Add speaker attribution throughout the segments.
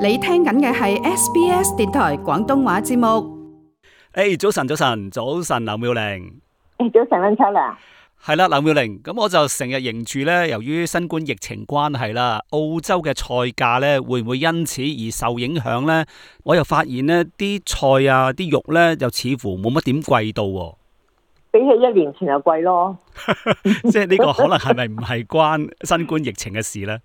Speaker 1: 你聽緊嘅係 SBS 電台廣東話節目。
Speaker 2: 诶早晨，早晨，早晨，刘妙玲。
Speaker 3: 誒早晨温秋良，
Speaker 2: 系啦，刘妙玲，咁我就成日凝住咧，由於新冠疫情關係啦，澳洲嘅菜價咧會唔會因此而受影響咧？我又發現呢啲菜啊，啲肉咧又似乎冇乜點貴到喎，
Speaker 3: 比起一年前就貴咯。
Speaker 2: 即係呢個可能係咪唔係關新冠疫情嘅事咧？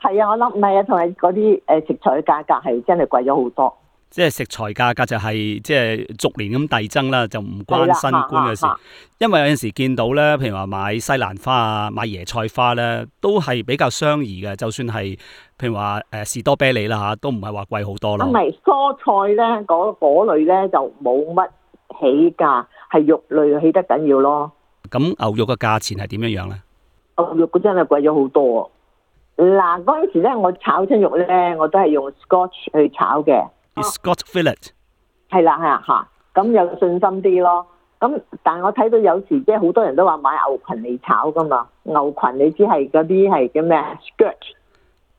Speaker 3: 係啊，我諗唔係啊，同埋嗰啲誒食材嘅價格係真係貴咗好多。
Speaker 2: 即係食材價格就係、即係逐年咁遞增啦，就唔關
Speaker 3: 係啦啊
Speaker 2: 新冠嘅事
Speaker 3: 嚇。嚇
Speaker 2: 因為有陣時見到咧，譬如話買西蘭花啊、買椰菜花咧，都係比較相宜嘅。就算係譬如話誒士多啤梨啦嚇，都唔係話貴好多
Speaker 3: 啊嚇唔
Speaker 2: 咯。
Speaker 3: 係蔬菜咧，嗰嗰類咧就冇乜起價，係肉類起得緊要咯。
Speaker 2: 咁牛肉嘅價錢係點樣樣咧？
Speaker 3: 牛肉嗰真係貴咗好多啊。嗱，嗰陣時咧，我炒親肉咧，我都係用 Scotch 去炒嘅。
Speaker 2: Scott fillet
Speaker 3: 係啦，係啦，嚇，咁有信心啲咯。咁但係我睇到有時即係好多人都話買牛群嚟炒噶嘛，牛群你知係嗰啲係叫咩啊 skirt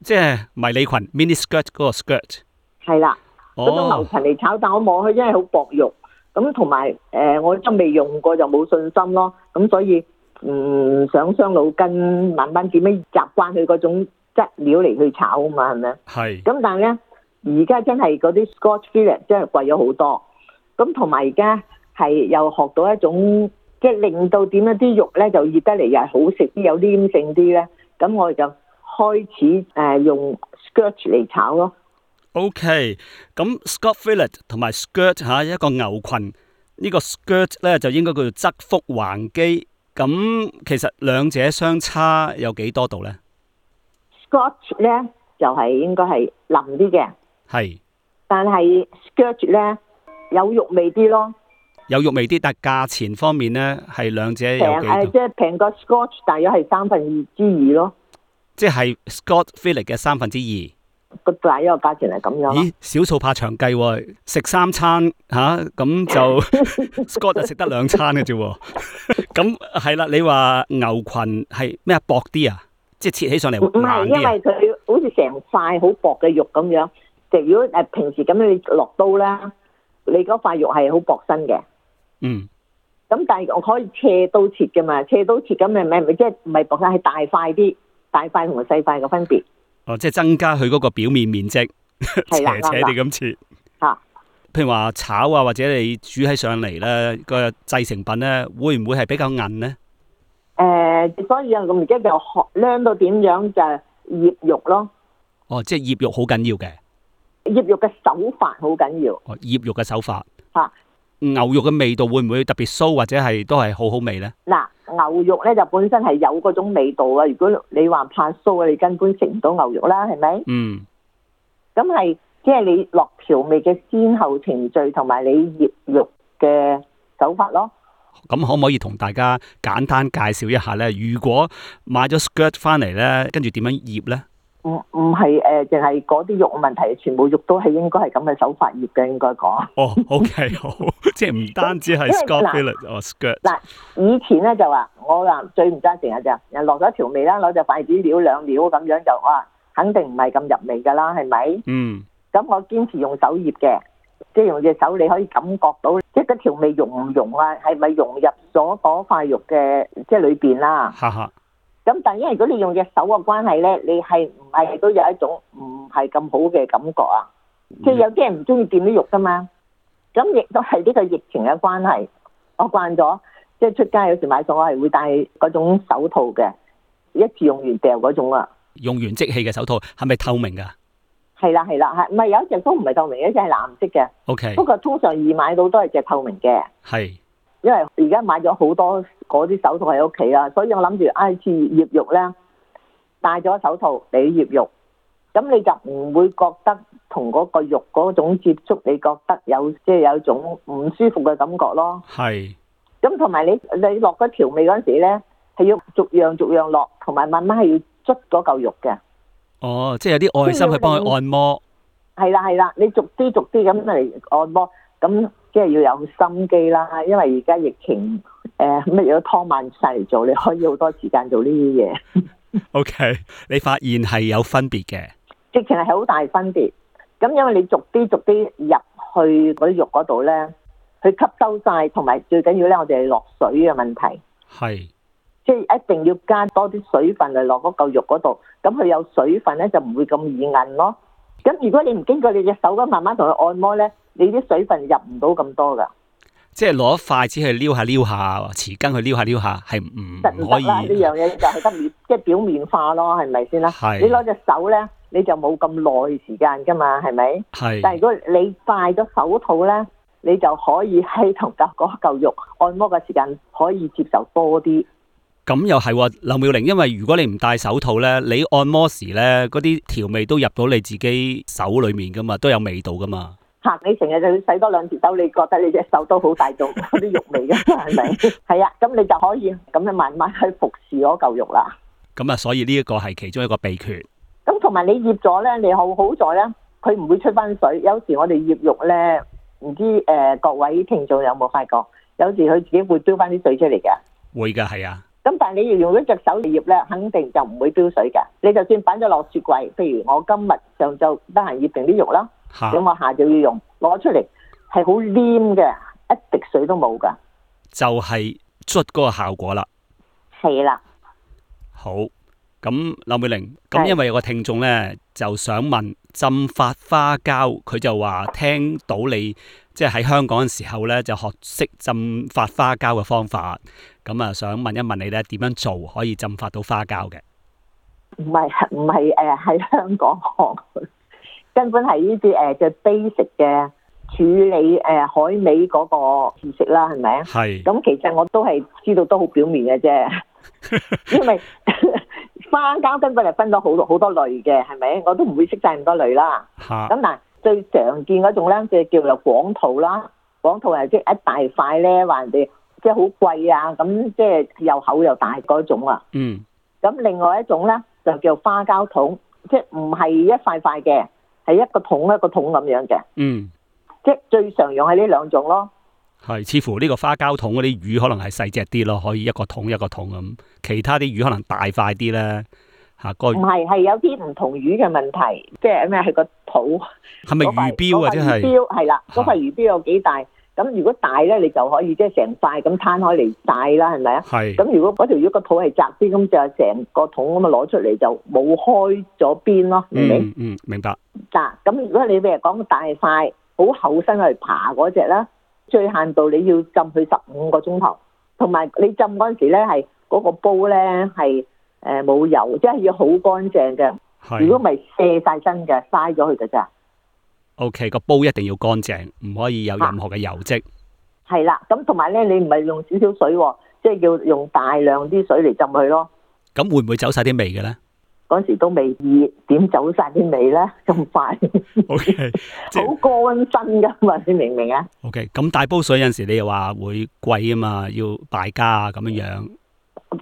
Speaker 2: 即係迷你裙 mini skirt 嗰個 skirt。
Speaker 3: 係啦，嗰種牛
Speaker 2: 哦，
Speaker 3: 群嚟炒，但我望佢真係好薄肉，咁同埋誒我都未用過就冇信心咯，咁所以唔想傷腦筋，慢慢點樣習慣佢嗰種質料嚟去炒啊嘛，係咪？
Speaker 2: 係
Speaker 3: 咁但係咧，而家真係嗰啲 Scotch fillet 真係貴咗好多。咁同埋而家係又學到一種，即係令到點樣啲肉咧就醃得嚟又係好食啲，有黏性啲咧。咁我哋就開始誒、呃用 Scotch 嚟炒咯。
Speaker 2: OK。咁 Scott fillet 同埋 skirt 嚇一個牛裙，呢、個 skirt 咧就應該叫做側腹橫肌。咁其實兩者相差有幾多度咧？
Speaker 3: Scotch 咧就係、應該係腍啲嘅，
Speaker 2: 係。
Speaker 3: 但係 Scotch 咧有肉味啲咯，
Speaker 2: 有肉味啲，但價錢方面呢，係兩者
Speaker 3: 平
Speaker 2: 有
Speaker 3: 誒、呃
Speaker 2: 幾
Speaker 3: 即
Speaker 2: 多？
Speaker 3: 係平過 Scotch 大約係三分二之二咯，
Speaker 2: 即係 Scott Philip 嘅三分之二。
Speaker 3: 個大約個價錢係咁樣咯。
Speaker 2: 咦，小數怕長計喎，食三餐吓，咁、 就 Scott 就食得兩餐嘅啫喎。 咁係啦，你話牛群係咩啊？薄啲啊？即係切起上嚟
Speaker 3: 唔唔係，
Speaker 2: 硬
Speaker 3: 因
Speaker 2: 啲啊？
Speaker 3: 為佢好似成塊好薄嘅肉咁樣。即係如果誒平時咁樣你落刀啦，你嗰塊肉係好薄身嘅。
Speaker 2: 嗯，
Speaker 3: 咁但係我可以斜刀切嘅嘛，斜刀切咁咪咪咪即係唔係薄身，係大塊啲，大塊同埋細塊嘅分別
Speaker 2: 哦，即係增加佢嗰個表面面積， 斜
Speaker 3: 係啦
Speaker 2: 斜地咁切。
Speaker 3: 嚇。
Speaker 2: 譬如話炒啊，或者你煮起上嚟咧，個製成品咧，會唔會係比較韌呢？
Speaker 3: 誒、所以啊，我而家就學孏到點樣就係醃肉咯，
Speaker 2: 哦，即係醃肉好緊要嘅。
Speaker 3: 醃肉嘅手法好緊要。
Speaker 2: 哦，醃肉嘅手法。
Speaker 3: 嚇
Speaker 2: 牛肉嘅味道會唔會特別酥，或者係都係好好味呢？
Speaker 3: 嗱，牛肉咧就本身係有嗰種味道啊！如果你話怕臊啊，你根本食唔到牛肉啦，係咪？
Speaker 2: 嗯，
Speaker 3: 咁係即係你落調味嘅先後程序同埋你醃肉嘅手法咯。
Speaker 2: 咁可唔可以同大家簡單介紹一下呢？如果買咗 skirt 翻嚟呢，跟住點樣醃呢？
Speaker 3: 唔唔係誒，淨係嗰啲肉嘅問題，全部肉都係應該係咁嘅手法醃嘅，應該講。
Speaker 2: 哦，OK，好，即係唔單止係
Speaker 3: 因為
Speaker 2: skirt
Speaker 3: 嗱
Speaker 2: fillet 哦，skirt
Speaker 3: 嗱以前咧就話我話最唔贊成嘅就人啊落咗調味啦，攞隻筷子撩兩撩咁樣就哇，肯定唔係咁入味㗎啦，係咪？
Speaker 2: 嗯，
Speaker 3: 咁我堅持用手醃嘅，即係用隻手你可以感覺到，即係個調味融唔融啊，係咪融入咗嗰塊肉嘅即係裏邊啊啦？
Speaker 2: 哈哈，
Speaker 3: 咁但係因為如果你用隻手嘅關係咧，你係唔係都有一種唔係咁好嘅感覺啊？即係有啲人唔中意掂啲肉噶嘛。咁亦都係呢個疫情嘅關係，我慣咗，即係出街有時買餸，我係會戴嗰種手套嘅，一次用完掉嗰種啊。
Speaker 2: 用完即棄嘅手套係咪透明㗎
Speaker 3: 係啦係啦，係唔係有一隻都唔係透明，有一隻係藍色嘅。
Speaker 2: ？OK，
Speaker 3: 不過通常易買到都係隻透明嘅，
Speaker 2: 係
Speaker 3: 因為而家買咗好多嗰啲手套喺屋企啦，所以我諗住啊，次醃肉咧，戴咗手套你醃肉，咁你就唔會覺得同嗰個肉嗰種接觸，你覺得有即係有一種唔舒服嘅感覺咯。
Speaker 2: 係
Speaker 3: 咁同埋你你落嗰調味嗰陣時咧，係要逐樣逐樣落，同埋慢慢係要捽嗰嚿肉嘅。
Speaker 2: 哦，即係有啲愛心去幫佢按摩。
Speaker 3: 係啦係啦，你逐啲逐啲咁嚟按摩，咁即係要有心機啦。因為而家疫情，誒乜嘢都拖慢晒嚟做，你可以好多時間做呢啲嘢，
Speaker 2: OK，你發現係有分別嘅。
Speaker 3: 直情係好大分別。咁因為你逐啲逐啲入去嗰啲肉嗰度咧，佢吸收晒，同埋最緊要咧，我哋係落水嘅問題，
Speaker 2: 係
Speaker 3: 即係一定要加多啲水分嚟落嗰嚿肉嗰度，咁佢有水分咧就唔會咁易韌咯。咁如果你唔經過你隻手咁慢慢同佢按摩咧，你啲水分入唔到咁多噶，
Speaker 2: 即係攞筷子去撩下撩下，匙羹去撩下撩下，係唔
Speaker 3: 實唔
Speaker 2: 可
Speaker 3: 得啦！呢
Speaker 2: 以
Speaker 3: 樣嘢就係得 面，即係表面化咯，係咪先啦？
Speaker 2: 係
Speaker 3: 你攞隻手咧，你就冇咁耐時間噶嘛，係咪？但係
Speaker 2: 係
Speaker 3: 如果你戴咗手套咧，你就可以喺同嚿嗰嚿肉按摩嘅時間可以接受多啲。
Speaker 2: 咁又係喎，劉妙玲，因為如果你唔戴手套咧，你按摩時咧嗰啲調味都入到你自己手裏面噶嘛，都有味道噶嘛。
Speaker 3: 嚇！你成日就要洗多兩次手，你覺得你隻手都好大到嗰啲肉味㗎嘛，係 咪？係啊，咁你就可以咁樣慢慢去服侍嗰嚿肉啦。
Speaker 2: 咁啊，所以呢一個係其中一個秘訣。
Speaker 3: 咁同埋你醃咗咧，你好好在咧，佢唔會出翻水。有時我哋醃肉咧，唔知誒、呃各位聽眾有冇發覺？有時佢自己會飆翻啲水出嚟嘅。
Speaker 2: 會㗎，係啊，
Speaker 3: 咁但係你要用一隻手嚟醃咧，肯定就唔會飆水嘅。你就算擺咗落雪櫃，譬如我今日上晝得閒醃定啲肉啦，
Speaker 2: 嚇
Speaker 3: 咁我下晝要用攞出嚟，係好黏嘅，一滴水都冇噶。
Speaker 2: 就係捽嗰個效果啦。
Speaker 3: 係啦，
Speaker 2: 好，咁劉美玲，咁
Speaker 3: 係
Speaker 2: 因為有個聽眾咧就想問浸發花膠，佢就話聽到你即係喺香港嘅時候咧就學識浸發花膠嘅方法，咁啊想問一問你咧點樣做可以浸發到花膠嘅？
Speaker 3: 唔係唔係誒喺香港學，根本係呢啲誒最 basic 嘅處理誒、呃海味嗰個知識啦，係咪啊？
Speaker 2: 係
Speaker 3: 咁其實我都係知道都好表面嘅啫，因為 花膠根本係分咗好多好多類嘅，係咪？我都唔會識晒咁多類啦。
Speaker 2: 嚇，
Speaker 3: 咁但係最常見嗰種咧，就叫做廣肚啦。廣肚係即係一大塊咧，話人哋即係好貴啊，咁即係又厚又大嗰種啊。
Speaker 2: 嗯
Speaker 3: 咁另外一種咧就叫花膠筒，即係唔係一塊塊嘅，係一個桶一個桶咁樣嘅，
Speaker 2: 嗯，
Speaker 3: 即係最常用係呢兩種咯。
Speaker 2: 係，似乎呢個花膠桶嗰啲魚可能係細只啲咯，可以一個桶一個桶咁，其他啲魚可能大塊啲咧嚇，個
Speaker 3: 唔係係有啲唔同魚嘅問題，即係咩係個肚。
Speaker 2: 係咪
Speaker 3: 嗰塊
Speaker 2: 魚標啊？
Speaker 3: 嗰
Speaker 2: 即
Speaker 3: 塊魚
Speaker 2: 係
Speaker 3: 標係啦，嗰
Speaker 2: 嚇
Speaker 3: 塊魚標有幾大？咁如果大咧，你就可以即係成塊咁攤開嚟晒啦，係咪啊？
Speaker 2: 係
Speaker 3: 咁如果嗰條魚個肚係窄啲，咁就係成個桶咁啊攞出嚟就冇開咗邊咯，明唔明？
Speaker 2: 嗯嗯明白
Speaker 3: 嗱、咁如果你譬如講大塊好厚身去爬嗰只啦，最限度你要浸佢十五個鐘頭，同埋你浸嗰陣時咧係嗰個煲咧係誒冇油，即係要好乾淨嘅。
Speaker 2: 係。
Speaker 3: 如果唔係卸晒身嘅，嘥咗佢㗎咋。
Speaker 2: O K，個煲一定要乾淨，唔可以有任何嘅油
Speaker 3: 啊
Speaker 2: 漬。
Speaker 3: 係啦，咁同埋咧，你唔係用少少水喎，即係要用大量啲水嚟浸佢咯。
Speaker 2: 咁會唔會走晒啲味 嘅咧
Speaker 3: 嗰時都未熱，點走晒啲味咧？咁快，
Speaker 2: ？O K，即
Speaker 3: 好乾身噶嘛？你明唔明啊？
Speaker 2: O K，咁大煲水有陣時你又話會貴啊嘛，要敗家啊咁樣樣。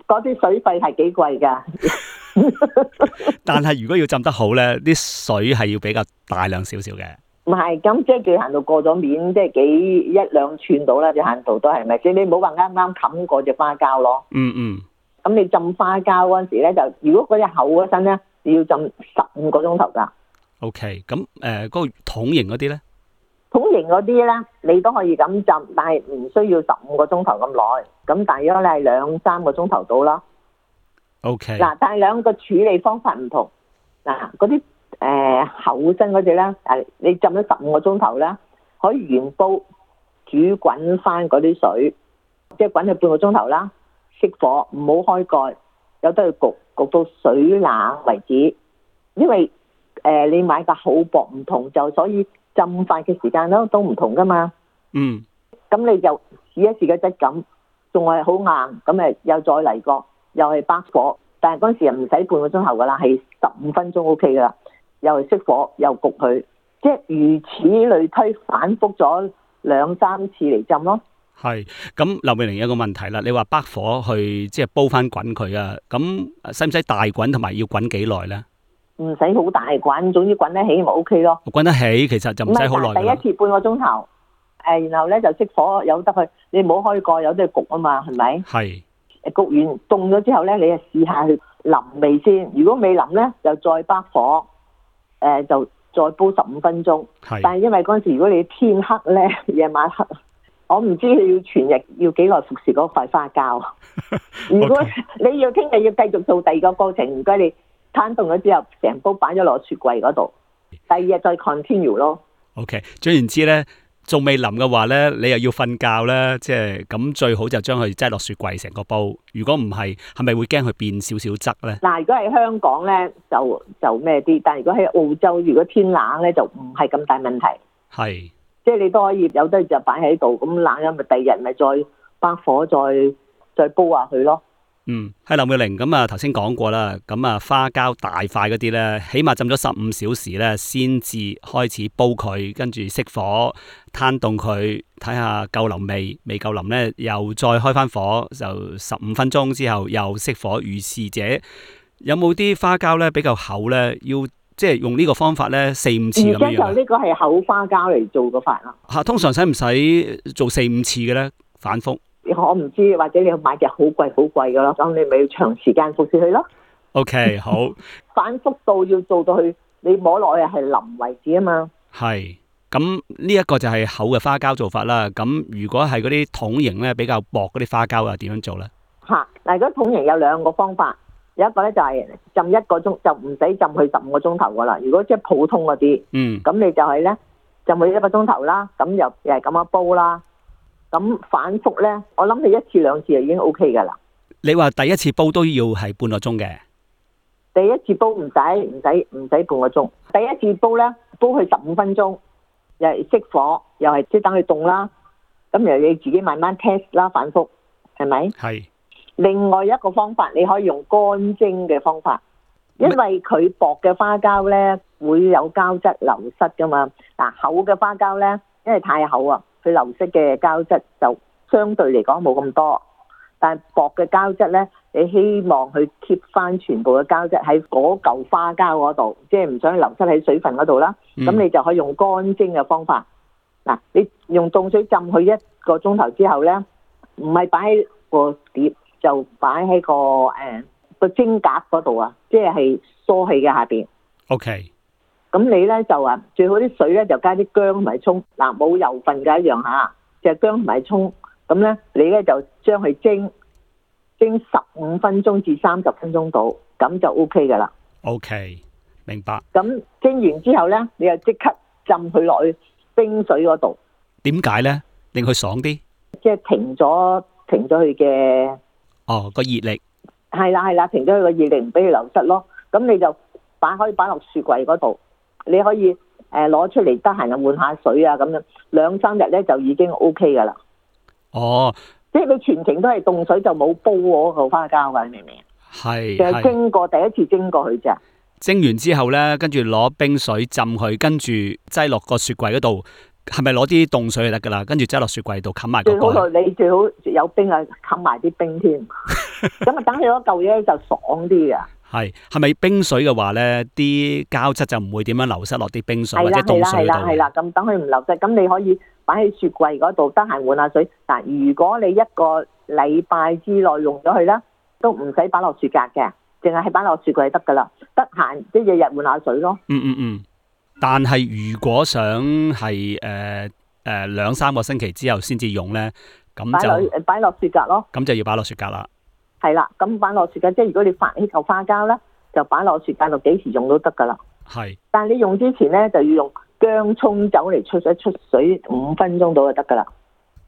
Speaker 3: 嗰啲水費係幾貴㗎？
Speaker 2: 但係如果要浸得好咧，啲水係要比較大量少少嘅。
Speaker 3: 唔係咁，即係佢行到過咗面，即係幾一兩寸到啦，只限度都係咪先？你唔好話啱啱冚過只花膠咯。
Speaker 2: 嗯嗯，
Speaker 3: 咁你浸花膠嗰陣時咧，就如果嗰只厚嗰身咧，你要浸十五個鐘頭㗎。
Speaker 2: O K，咁誒嗰個桶型嗰啲咧，
Speaker 3: 桶型嗰啲咧，你都可以咁浸，但係唔需要十五個鐘頭咁耐，咁大約咧係兩三個鐘頭到啦。
Speaker 2: O K，
Speaker 3: 嗱，但係兩個處理方法唔同。嗱，嗰啲誒厚身嗰只咧，誒你浸咗十五個鐘頭咧，可以原煲煮滾翻嗰啲水，即係滾佢半個鐘頭啦，熄火唔好開蓋，由得佢焗焗到水冷為止。因為誒、呃你買嘅厚薄唔同，就所以浸法嘅時間都都唔同噶嘛。
Speaker 2: 嗯
Speaker 3: 咁你就試一試個質感，仲係好硬，咁誒又再嚟過，又係白火，但係嗰陣時又唔使半個鐘頭噶啦，係十五分鐘 O K 噶啦，又係熄火又焗佢，即係如此類推，反覆咗兩三次嚟浸咯。
Speaker 2: 係。咁劉美玲有個問題啦，你話北火去即係煲翻滾佢啊，咁使唔使大滾同埋要滾幾耐咧？
Speaker 3: 唔使好大滾，總之滾得起咪 O K 咯。
Speaker 2: 滾得起其實就唔使好
Speaker 3: 係
Speaker 2: 耐㗎啦。
Speaker 3: 第一次半個鐘頭，誒，然後咧就熄火，由得佢，你唔好開蓋，由得佢焗啊嘛，係咪？
Speaker 2: 係。
Speaker 3: 焗完凍咗之後咧，你就試下去淋味先。如果未淋咧，就再北火，誒、就再煲十五分鐘。
Speaker 2: 係
Speaker 3: 但係因為嗰陣時如果你天黑咧， 夜晚黑，我唔知佢要全日要幾耐服侍嗰塊花膠。如果 你要聽日要繼續做第二個過程，唔該你攤凍咗之後，成煲擺咗落雪櫃嗰度，第二日再 continue 咯。
Speaker 2: OK，總言之咧，仲未淋嘅話咧，你又要瞓覺咧，即係咁最好就將佢擠落雪櫃成個煲。如果唔係，係咪會驚佢變少少質咧？
Speaker 3: 嗱，如果係香港咧就就咩啲，但係如果喺澳洲，如果天冷咧就唔係咁大問題，
Speaker 2: 係
Speaker 3: 即係你都可以有得就擺喺度，咁冷咗咪第二日咪再把火再再煲下佢咯。
Speaker 2: 嗯，係林妙玲咁啊，頭先講過啦，咁啊花膠大塊嗰啲咧，起碼浸咗十五小時咧，先至開始煲佢，跟住熄火攤凍佢，睇下夠淋未，未夠淋咧又再開翻火，就十五分鐘之後又熄火。如是者有冇啲花膠咧比較厚咧，要即係用呢個方法咧四五次咁
Speaker 3: 而家
Speaker 2: 樣樣
Speaker 3: 就
Speaker 2: 呢
Speaker 3: 呢個係厚花膠嚟做嘅法啦。
Speaker 2: 嚇、通常使唔使做四五次嘅咧？反覆
Speaker 3: 我唔知，或者你買隻好貴好貴嘅咯，咁你咪要長時間服侍佢咯，
Speaker 2: OK 好。
Speaker 3: 反覆到要做到佢你摸落去係淋為止啊嘛。
Speaker 2: 系，咁呢一個就係厚嘅花膠做法啦。咁如果係嗰啲桶型咧比較薄嗰啲花膠啊，點樣做咧？
Speaker 3: 嚇！嗱，嗰桶型有兩個方法，有一個咧就係浸一個鐘，就唔使浸佢十五個鐘頭噶啦。如果即係普通嗰啲，
Speaker 2: 嗯，
Speaker 3: 咁你就係咧浸佢一個鐘頭啦，咁又又係咁樣煲啦，咁反覆咧，我諗你一次兩次就已經 O K 噶啦。
Speaker 2: 你話第一次煲都要係半個鐘嘅，
Speaker 3: 第一次煲唔使唔使唔使半個鐘，第一次煲咧煲佢十五分鐘，又係熄火，又係即係等佢凍啦。咁然後你自己慢慢 test 啦，反覆係咪？
Speaker 2: 係
Speaker 3: 另外一個方法你可以用乾蒸嘅方法，因為佢薄嘅花膠咧會有膠質流失噶嘛。嗱厚嘅花膠咧，因為太厚啊，佢流失嘅膠質就相對嚟講冇咁多。但係薄嘅膠質咧，你希望佢 keep 翻全部嘅膠質喺嗰嚿花膠嗰度，即係唔想流失喺水分嗰度啦。咁、
Speaker 2: 嗯
Speaker 3: 你就可以用乾蒸嘅方法。嗱，你用凍水浸佢一個鐘頭之後咧，唔係擺喺個碟，就擺喺個誒、呃、個蒸格嗰度啊，即係疏氣嘅下邊。
Speaker 2: OK
Speaker 3: 咁你咧就啊，最好啲水咧就加啲薑同埋葱，嗱冇油份嘅一樣嚇，就係薑同埋葱。咁咧你咧就將佢蒸蒸十五分鐘至三十分鐘到，咁就 O K 噶啦。
Speaker 2: OK，明白。
Speaker 3: 咁蒸完之後咧，你就即刻浸佢落去冰水嗰度，
Speaker 2: 點解咧？令佢爽啲。
Speaker 3: 即係停咗停咗佢嘅
Speaker 2: 哦，個熱力
Speaker 3: 係啦係啦，停咗佢個熱力，唔俾佢流失咯。咁你就擺可以擺落雪櫃嗰度，你可以誒攞、出嚟，得閒就換下水啊咁樣，兩三日咧就已經 O K 噶啦。
Speaker 2: 哦，
Speaker 3: 即係你全程都係凍水就冇煲嗰個花膠㗎，你明唔明啊？
Speaker 2: 係
Speaker 3: 就係
Speaker 2: 係
Speaker 3: 蒸過第一次蒸過佢咋，
Speaker 2: 蒸完之後咧，跟住攞冰水浸佢，跟住擠落個雪櫃嗰度，係咪攞啲凍水就得㗎啦？跟住擠落雪櫃度冚埋個
Speaker 3: 最好
Speaker 2: 蓋。
Speaker 3: 就你最好有冰啊，冚埋啲冰添。咁啊，等你嗰嚿嘢就爽啲㗎。
Speaker 2: 係係咪冰水嘅話咧，啲膠質就唔會點樣流失落啲冰水或
Speaker 3: 係
Speaker 2: 者
Speaker 3: 啦係
Speaker 2: 凍
Speaker 3: 啦係
Speaker 2: 水
Speaker 3: 啦係
Speaker 2: 嗰度？
Speaker 3: 啦，咁等佢唔流失，咁你可以擺喺雪櫃嗰度，得閒換下水。嗱，如果你一個禮拜之內用咗佢啦，都唔使擺落雪格嘅，淨係係擺落雪櫃得㗎啦。得閒即係日日換下水咯。
Speaker 2: 嗯嗯嗯。但係如果想係誒誒兩三個星期之後先至用咧，咁
Speaker 3: 擺
Speaker 2: 就
Speaker 3: 落擺落雪格咯，
Speaker 2: 咁就要擺落雪格啦。
Speaker 3: 係啦，咁擺落雪格，即係如果你發起嚿花膠咧，就擺落雪格度，幾時用都得㗎啦。
Speaker 2: 係
Speaker 3: 但係你用之前咧，就要用薑葱酒嚟出一出水五分鐘到就得㗎啦。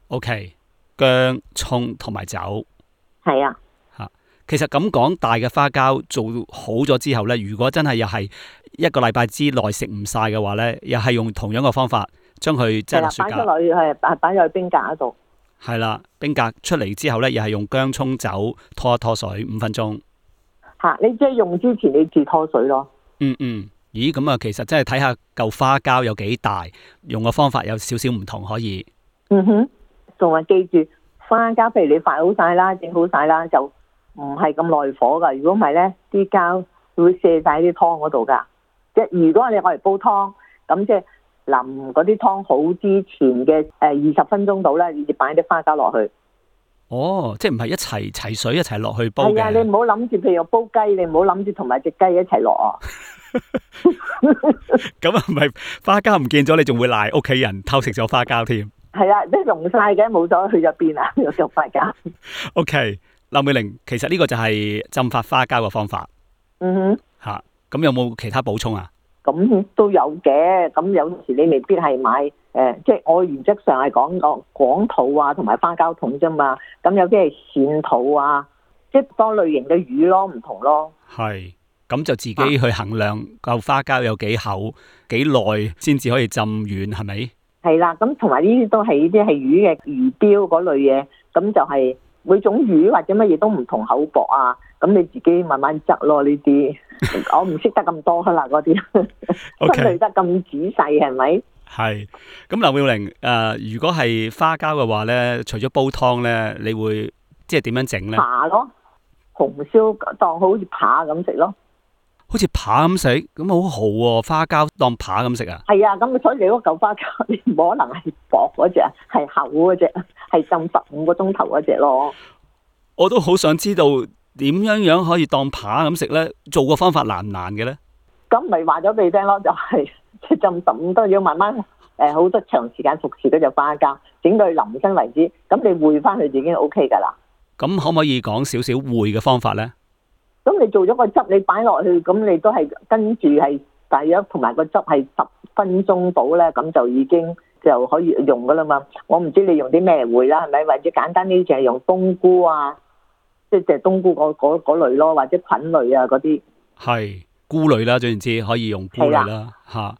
Speaker 2: OK，薑、葱同埋酒。
Speaker 3: 係啊，
Speaker 2: 其實咁講，大嘅花膠做好咗之後咧，如果真係又係一個禮拜之內食唔晒嘅話咧，又係用同樣嘅方法將佢擠
Speaker 3: 係啦
Speaker 2: 落，雪
Speaker 3: 擺
Speaker 2: 格
Speaker 3: 咗。落去係擺擺咗去冰格嗰度。
Speaker 2: 係啦，冰格出嚟之後咧，又係用姜、葱、酒拖一拖水五分鐘。
Speaker 3: 吓，你即係用之前你自拖水咯，
Speaker 2: 嗯嗯，咦，咁啊，其實真係睇下嚿花膠有幾大，用嘅方法有少少唔同，可以
Speaker 3: 嗯哼，仲話記住花膠，譬如你發好晒啦，整好晒啦，就唔係咁耐火噶。如果唔係咧，啲膠會瀉晒啲湯嗰度噶。即係如果你我嚟煲湯，咁即係淋嗰啲湯好之前嘅誒二十分鐘到啦，你就擺啲花膠落去。
Speaker 2: 哦，即係唔係一齊齊水一齊落去煲
Speaker 3: 係啊，你
Speaker 2: 嘅，
Speaker 3: 唔好諗住譬如煲雞，你唔好諗住同埋只雞一齊落啊。
Speaker 2: 咁啊，咪花膠唔見咗，你仲會賴屋企人偷食咗花膠添
Speaker 3: 係啦，即係溶晒嘅，冇咗去咗邊啊？ 肉肉塊㗎，
Speaker 2: ？OK，林美玲，其實呢個就係浸發花膠嘅方法
Speaker 3: 嗯哼。
Speaker 2: 吓。咁有冇其他補充啊？
Speaker 3: 咁都有嘅，咁有時你未必係買誒、呃即係我原則上係講個廣土啊，同埋花膠桶啫嘛。咁有啲係線土啊，即係多類型嘅魚咯，唔同咯。
Speaker 2: 係咁就自
Speaker 3: 啊
Speaker 2: 己去衡量嚿花膠有幾厚、幾耐先至可以浸軟，係咪？
Speaker 3: 係啦，咁同埋呢啲都係呢啲係魚嘅魚標嗰類嘢，咁就係每種魚或者乜嘢都唔同厚薄啊。咁你自己慢慢執咯呢啲，我唔識得咁多啦嗰啲，
Speaker 2: OK
Speaker 3: 分類得咁仔細係咪？
Speaker 2: 係咁，劉妙玲誒、呃如果係花膠嘅話咧，除咗煲湯咧，你會即係點樣整咧？
Speaker 3: 扒咯，紅燒當好似扒咁食咯。
Speaker 2: 好似扒咁食，咁好豪喎、花膠當扒咁食啊！
Speaker 3: 係啊，咁所以你嗰嚿花膠，你冇可能係薄嗰只，係厚嗰只，係浸十五個鐘頭嗰只咯。
Speaker 2: 我都好想知道點樣樣可以當扒咁食呢？做個方法難唔難嘅呢？
Speaker 3: 咁咪話咗俾你聽咯，就係、 即係浸十五都要慢慢誒好多長時間服侍嗰只花膠，整到佢淋身為止。咁你回翻佢就已經 O K 㗎啦。
Speaker 2: 咁可唔可以講少少會嘅方法呢？
Speaker 3: 咁你做咗個汁，你擺落去，咁你都係跟住係大約同埋個汁係十分鐘到咧，咁就已經就可以用噶啦嘛。我唔知你用啲咩會啦，係咪？或者簡單啲，淨係用冬菇啊，即係隻冬菇嗰嗰嗰類咯，或者菌類啊嗰啲。
Speaker 2: 係菇類啦，總言之可以用菇類啦嚇。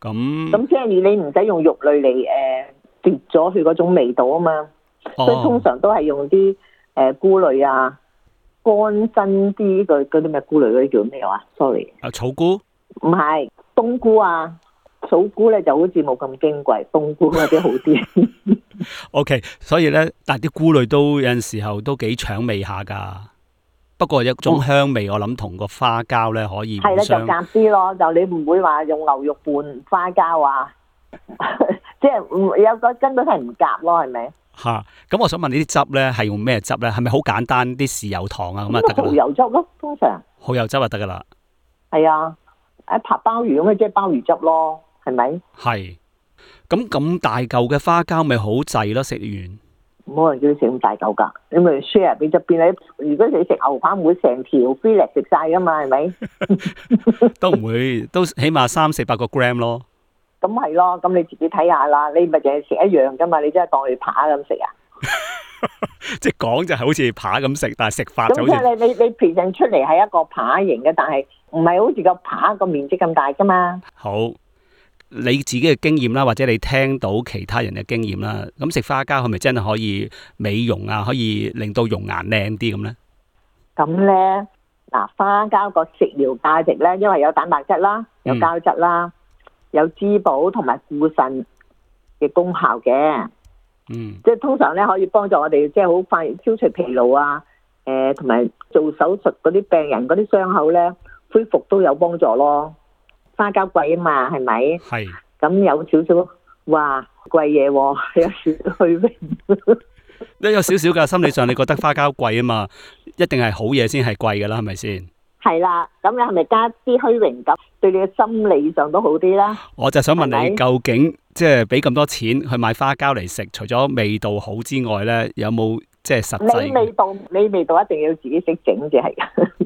Speaker 2: 咁、
Speaker 3: 咁即係你唔使用肉類嚟誒、呃、奪咗佢嗰種味道啊嘛。所以通
Speaker 2: 哦，
Speaker 3: 常都係用啲誒、呃菇類啊，乾身啲嘅嗰啲咩菇類嗰啲叫咩話？sorry。
Speaker 2: 啊草菇
Speaker 3: 唔係冬菇啊，草菇咧就好似冇咁矜貴，冬菇嗰啲好 啲。
Speaker 2: OK，所以呢，但啲菇類都有陣時候都幾搶味下㗎。不過有一種香味，我諗同個花膠呢可以
Speaker 3: 哦係
Speaker 2: 互
Speaker 3: 啦，就
Speaker 2: 相
Speaker 3: 夾啲咯，就你唔會話用牛肉拌花膠啊， 即係唔有個根本係唔夾咯，係咪？
Speaker 2: 嚇。咁我想問呢啲汁呢係用咩汁呢？係咪好簡單啲豉油糖啊咁啊得
Speaker 3: 咁
Speaker 2: 㗎
Speaker 3: 蠔
Speaker 2: 啦？
Speaker 3: 油汁咯，通常
Speaker 2: 蠔油汁就得㗎啦。
Speaker 3: 係啊，一拍鮑魚咁咪即係鮑魚汁咯，係咪？
Speaker 2: 系，咁咁大嚿嘅花膠咪好滯咯，食完
Speaker 3: 冇人叫你食咁大嚿㗎，你咪 share 俾側邊你。如果你食牛扒會成條 fillet 食晒㗎嘛，係咪？
Speaker 2: 都唔會，都起碼三四百個 gram 咯。
Speaker 3: 咁係咯，咁你自己睇下啦。你咪淨係食一樣㗎嘛，你真係當佢扒咁食啊？
Speaker 2: 即係講就係好似扒咁食，但係食法就
Speaker 3: 咁
Speaker 2: 好
Speaker 3: 即
Speaker 2: 似
Speaker 3: 係你你你 present 出嚟係一個扒型嘅，但係唔係好似個扒個面積咁大噶嘛？
Speaker 2: 好。你自己嘅經驗啦，或者你聽到其他人嘅經驗啦，咁食花膠係咪真係可以美容啊？可以令到容顏靚啲咁呢？
Speaker 3: 咁咧嗱，花膠個食療價值咧，因為有蛋白質啦，有
Speaker 2: 嗯
Speaker 3: 膠質啦，有滋補同埋固腎嘅功效嘅，
Speaker 2: 嗯，
Speaker 3: 即係通常咧可以幫助我哋即係好快消除疲勞啊，誒同埋做手術嗰啲病人嗰啲傷口咧恢復都有幫助咯。花膠貴啊嘛，係咪？
Speaker 2: 係
Speaker 3: 咁有少少哇貴嘢喎， 有少少虛榮。
Speaker 2: 都有少少㗎。心理上你覺得花膠貴啊嘛，一定係好嘢先係貴㗎啦，係咪先？
Speaker 3: 係啦，咁你係咪加啲虛榮感，對你嘅心理上都好啲啦？
Speaker 2: 我就想問
Speaker 3: 係
Speaker 2: 你，
Speaker 3: 咪
Speaker 2: 究竟即係俾咁多錢去買花膠嚟食，除咗味道好之外呢，有冇即係實際
Speaker 3: 你味
Speaker 2: 嘅？
Speaker 3: 道，你味道一定要自己識整嘅係。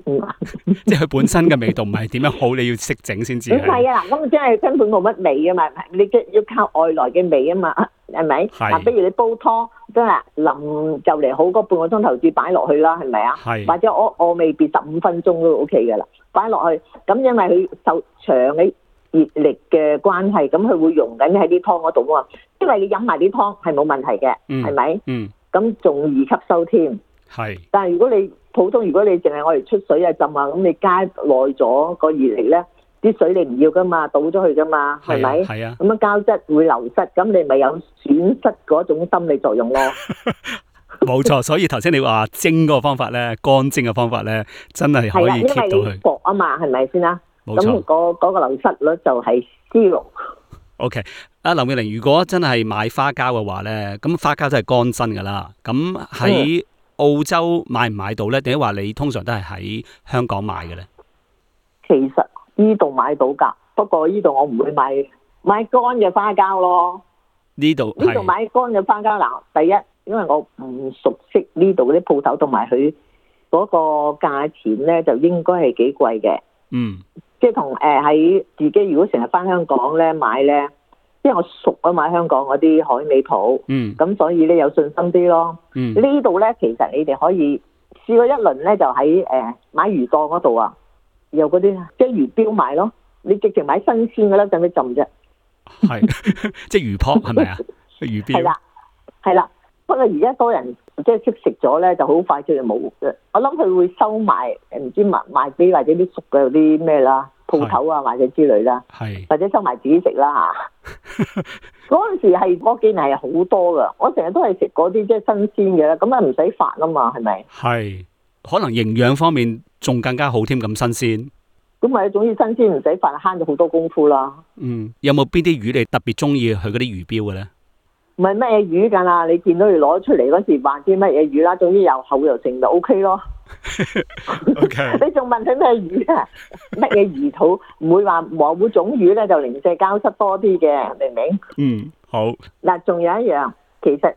Speaker 3: 唔
Speaker 2: 即係佢本身嘅味道唔係點樣好，你要識整先至係。
Speaker 3: 係啊，嗱，咁真係根本冇乜味啊嘛，你即係要靠外來嘅味啊嘛，係咪？
Speaker 2: 係
Speaker 3: 嗱，比如你煲湯，真係淋就嚟好嗰半個鐘頭至擺落去啦，係咪啊？或
Speaker 2: 係
Speaker 3: 者我我未必十五分鐘都 O K 嘅啦，擺落去咁，因為佢受長嘅熱力嘅關係，咁佢會溶緊喺啲湯嗰度啊。因為你飲埋啲湯係冇問題嘅，
Speaker 2: 嗯
Speaker 3: 係咪、
Speaker 2: 嗯
Speaker 3: 咁仲易吸收添。
Speaker 2: 係啊
Speaker 3: 但係如果你普通，如果你淨係我哋出水啊浸啊，咁你加耐咗個熱力咧，啲水你唔要噶嘛，倒咗去噶嘛，
Speaker 2: 係
Speaker 3: 係
Speaker 2: 啊
Speaker 3: 咪？
Speaker 2: 係啊
Speaker 3: 咁樣膠質會流失，咁你咪有損失嗰種心理作用咯。
Speaker 2: 冇錯。所以頭先你話蒸嗰個方法呢，乾蒸嘅方法呢，真係
Speaker 3: 係
Speaker 2: 可
Speaker 3: 啦，
Speaker 2: 以
Speaker 3: 因
Speaker 2: keep 到
Speaker 3: 為你
Speaker 2: 佢。
Speaker 3: 薄啊嘛，係咪先啦？
Speaker 2: 冇
Speaker 3: 咁
Speaker 2: 錯。
Speaker 3: 嗰嗰個流失率就係 zero。
Speaker 2: OK，阿林妙玲，如果真係買花膠嘅話呢，咁花膠都係乾身噶啦。咁
Speaker 3: 嗯
Speaker 2: 喺澳洲買唔買到呢？定係話你通常都係喺香港買嘅呢？
Speaker 3: 其實呢度買到㗎，不過呢度我唔會買買乾嘅花膠咯。
Speaker 2: 呢度
Speaker 3: 呢度
Speaker 2: 係
Speaker 3: 買乾嘅花膠嗱，第一，因為我唔熟悉呢度嗰啲鋪頭，同埋佢嗰個價錢咧，就應該係幾貴嘅。
Speaker 2: 嗯
Speaker 3: 即係同誒喺自己如果成日翻香港咧買咧，因為我熟啊買香港嗰啲海味鋪，
Speaker 2: 嗯
Speaker 3: 咁所以咧有信心啲咯。
Speaker 2: 嗯
Speaker 3: 呢度咧其實你哋可以試過一輪咧，就喺誒、呃、買魚檔嗰度啊，有嗰啲即係魚標買咯，你直情買新鮮嘅啦，使咩浸啫？
Speaker 2: 係 即係魚殼係咪啊？魚
Speaker 3: 係
Speaker 2: 標
Speaker 3: 啦，係啦。不過而家多人即係識食咗咧，就好快佢就冇。我諗佢會收埋誒唔知賣賣俾或者啲熟嘅啲咩啦，鋪頭啊或者之類啦。
Speaker 2: 係
Speaker 3: 或者收埋自己食啦 嚇。嗰陣時係我見係好多噶，我成日都係食嗰啲即係新鮮嘅啦，咁啊唔使發啊嘛，係咪？
Speaker 2: 係，可能營養方面仲更加好添，咁新鮮。
Speaker 3: 咁咪總之新鮮唔使發，慳咗好多功夫啦。
Speaker 2: 嗯，有冇邊啲魚你特別中意佢嗰啲魚標嘅咧？
Speaker 3: 唔係咩魚㗎啦，你見到佢攞出嚟嗰時話啲乜嘢魚啦，總之又厚又剩就 O K 咯。
Speaker 2: O K，
Speaker 3: 你仲問佢咩魚啊？乜嘢魚肚？唔會話某種魚咧就零舍膠質多啲嘅，明唔明？
Speaker 2: 嗯，好，
Speaker 3: 嗱，仲有一樣，其實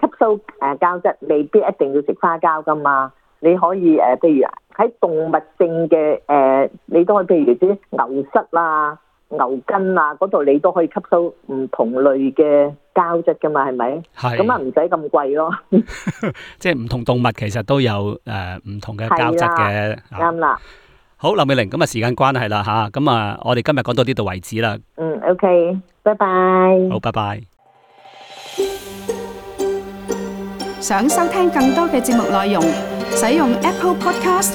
Speaker 3: 吸收誒膠質未必一定要食花膠噶嘛，你可以誒，譬如喺動物性嘅誒，你都可以譬如啲牛膝啦、牛筋啊嗰度，你都可以吸收唔同類嘅膠質噶嘛，係咪？咁
Speaker 2: 係，
Speaker 3: 啊，唔使咁貴咯，
Speaker 2: 即係唔同動物其實都有誒唔同嘅膠質嘅。啊
Speaker 3: 啱啦。
Speaker 2: 好，林美玲，咁啊時間關係啦吓，咁啊我哋今日講到呢度為止啦，
Speaker 3: 嗯，OK，拜拜。
Speaker 2: 好，拜拜。
Speaker 1: 想收聽更多嘅節目內容，使用 Apple Podcast、